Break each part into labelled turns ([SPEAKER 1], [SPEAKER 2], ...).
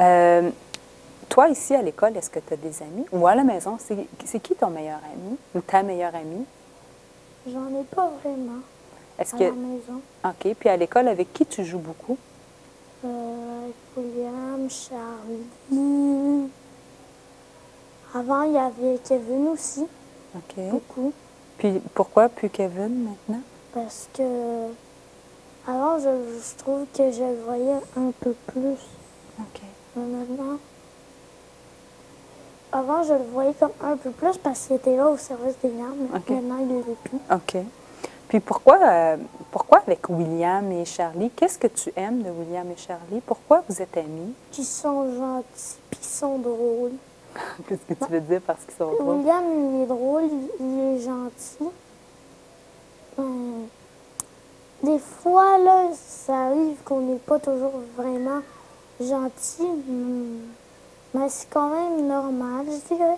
[SPEAKER 1] Euh, toi, ici à l'école, est-ce que tu as des amis? Ou à la maison, c'est c'est qui ton meilleur ami ou ta meilleure amie?
[SPEAKER 2] J'en ai pas vraiment
[SPEAKER 1] Est-ce
[SPEAKER 2] à
[SPEAKER 1] que.
[SPEAKER 2] la maison.
[SPEAKER 1] OK. Puis à l'école, avec qui tu joues beaucoup?
[SPEAKER 2] Euh, avec William, Charlie. Avant, il y avait Kevin aussi,
[SPEAKER 1] OK.
[SPEAKER 2] beaucoup.
[SPEAKER 1] Puis pourquoi plus Kevin maintenant?
[SPEAKER 2] Parce que avant, je, je trouve que je le voyais un peu plus.
[SPEAKER 1] OK.
[SPEAKER 2] Mais maintenant, avant, je le voyais comme un peu plus parce qu'il était là au service des armes. mais
[SPEAKER 1] Ok.
[SPEAKER 2] Maintenant, il est plus.
[SPEAKER 1] OK. Puis pourquoi, euh, pourquoi avec William et Charlie? Qu'est-ce que tu aimes de William et Charlie? Pourquoi vous êtes amis?
[SPEAKER 2] Qui sont gentils, puis ils sont drôles.
[SPEAKER 1] Qu'est-ce que tu veux dire parce qu'ils sont drôles?
[SPEAKER 2] William, il est drôle, il- il est gentil. Hum, Des fois, là, ça arrive qu'on n'est pas toujours vraiment gentil, hum, mais c'est quand même normal, je dirais.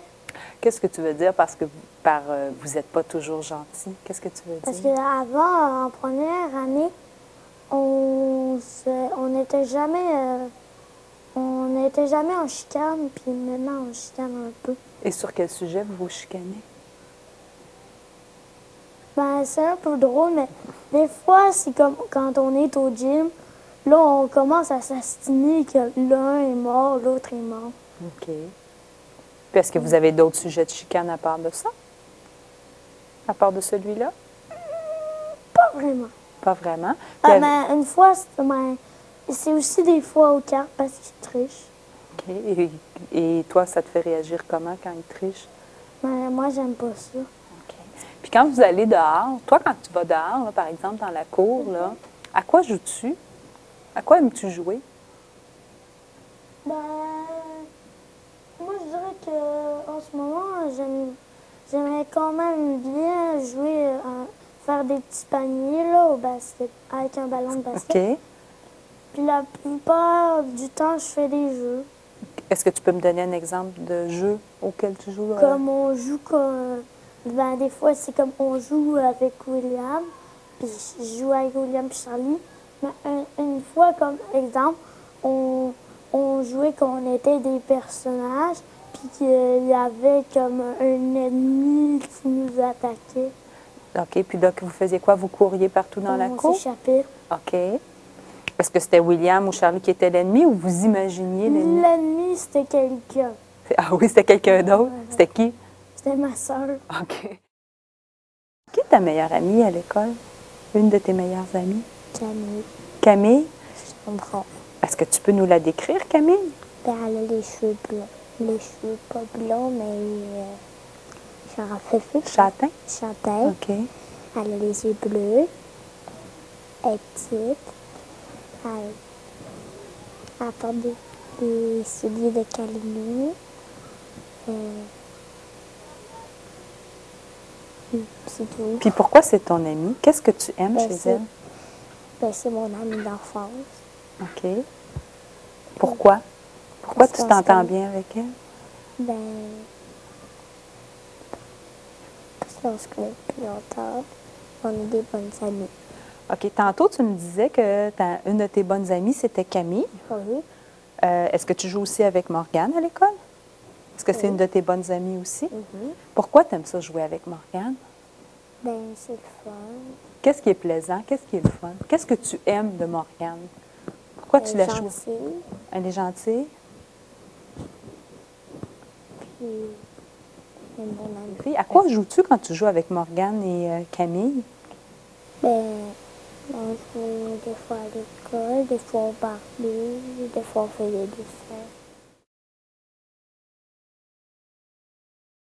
[SPEAKER 1] Qu'est-ce que tu veux dire parce que par euh, vous n'êtes pas toujours gentil? Qu'est-ce que tu veux
[SPEAKER 2] Parce
[SPEAKER 1] dire?
[SPEAKER 2] qu'avant, en première année, on se- on n'était jamais, euh, on n'était jamais en chicane, puis maintenant on chicane un peu.
[SPEAKER 1] Et sur quel sujet vous vous chicanez?
[SPEAKER 2] Ben, c'est un peu drôle, mais des fois, c'est comme quand on est au gym, là, on commence à s'astiner que l'un est mort, l'autre est mort.
[SPEAKER 1] OK. Puis est-ce que vous avez d'autres sujets de chicane à part de ça? À part de celui-là?
[SPEAKER 2] Pas vraiment.
[SPEAKER 1] Pas vraiment. Puis
[SPEAKER 2] Ah,
[SPEAKER 1] avec-
[SPEAKER 2] ben, une fois, c'est ben, c'est aussi des fois aux cartes parce qu'ils trichent.
[SPEAKER 1] OK. Et, et toi, ça te fait réagir comment quand ils trichent?
[SPEAKER 2] Mais moi, j'aime pas ça.
[SPEAKER 1] OK. Puis quand vous allez dehors, toi, quand tu vas dehors, là, par exemple, dans la cour,
[SPEAKER 2] Mhm.
[SPEAKER 1] là, à quoi joues-tu? À quoi aimes-tu jouer?
[SPEAKER 2] Ben, moi, je dirais que en ce moment, j'aime- j'aimerais quand même bien jouer, à faire des petits paniers là, au basket, avec un ballon de basket.
[SPEAKER 1] OK.
[SPEAKER 2] Puis la plupart du temps, je fais des jeux.
[SPEAKER 1] Est-ce que tu peux me donner un exemple de jeu auquel tu joues? euh?
[SPEAKER 2] Comme on joue, comme, ben, des fois, c'est comme on joue avec William, puis je joue avec William puis Charlie. Mais un- une fois, comme exemple, on, on jouait qu'on était des personnages, puis qu'il y avait comme un ennemi qui nous attaquait.
[SPEAKER 1] OK. Puis là, que vous faisiez quoi? Vous couriez partout dans la
[SPEAKER 2] on
[SPEAKER 1] cour?
[SPEAKER 2] s'échappait.
[SPEAKER 1] OK. Est-ce que c'était William ou Charlie qui était l'ennemi ou vous imaginiez l'ennemi?
[SPEAKER 2] L'ennemi, c'était quelqu'un.
[SPEAKER 1] Ah oui, c'était quelqu'un d'autre. C'était qui?
[SPEAKER 2] C'était ma soeur.
[SPEAKER 1] OK. Qui est ta meilleure amie à l'école? Une de tes meilleures amies?
[SPEAKER 2] Camille,
[SPEAKER 1] Camille?
[SPEAKER 2] je comprends.
[SPEAKER 1] Est-ce que tu peux nous la décrire, Camille?
[SPEAKER 2] Ben, elle a les cheveux blonds. Les cheveux pas blonds, mais euh, genre feu
[SPEAKER 1] Châtain?
[SPEAKER 2] Chantal.
[SPEAKER 1] OK.
[SPEAKER 2] Elle a les yeux bleus. Elle est petite. Elle, elle porte des, des souliers de Calino. Euh, hum, C'est tout.
[SPEAKER 1] Puis pourquoi c'est ton amie? Qu'est-ce que tu aimes
[SPEAKER 2] Ben,
[SPEAKER 1] chez
[SPEAKER 2] c'est-
[SPEAKER 1] elle?
[SPEAKER 2] Ben, c'est mon ami d'enfance.
[SPEAKER 1] OK. Pourquoi? Pourquoi
[SPEAKER 2] Parce
[SPEAKER 1] tu
[SPEAKER 2] qu'on
[SPEAKER 1] t'entends
[SPEAKER 2] se-
[SPEAKER 1] bien avec elle?
[SPEAKER 2] Ben, parce qu'on se connaît depuis longtemps. On est des bonnes amies.
[SPEAKER 1] OK. Tantôt, tu me disais que ta- une de tes bonnes amies, c'était Camille.
[SPEAKER 2] Oui.
[SPEAKER 1] Euh, Est-ce que tu joues aussi avec Morgane à l'école? Est-ce que c'est
[SPEAKER 2] Oui.
[SPEAKER 1] une de tes bonnes amies aussi?
[SPEAKER 2] Mhm.
[SPEAKER 1] Pourquoi tu aimes ça jouer avec Morgane?
[SPEAKER 2] Ben, c'est le fun.
[SPEAKER 1] Qu'est-ce qui est plaisant? Qu'est-ce qui est le fun? Qu'est-ce que tu aimes de Morgane? Pourquoi tu
[SPEAKER 2] Elle
[SPEAKER 1] la
[SPEAKER 2] est
[SPEAKER 1] joues?
[SPEAKER 2] gentille,
[SPEAKER 1] Elle est gentille?
[SPEAKER 2] puis elle est mon amie.
[SPEAKER 1] Puis, à quoi joues-tu quand tu joues avec Morgane et euh, Camille?
[SPEAKER 2] Ben, on joue des fois à l'école, des fois on parlait, des fois on fait des dessins.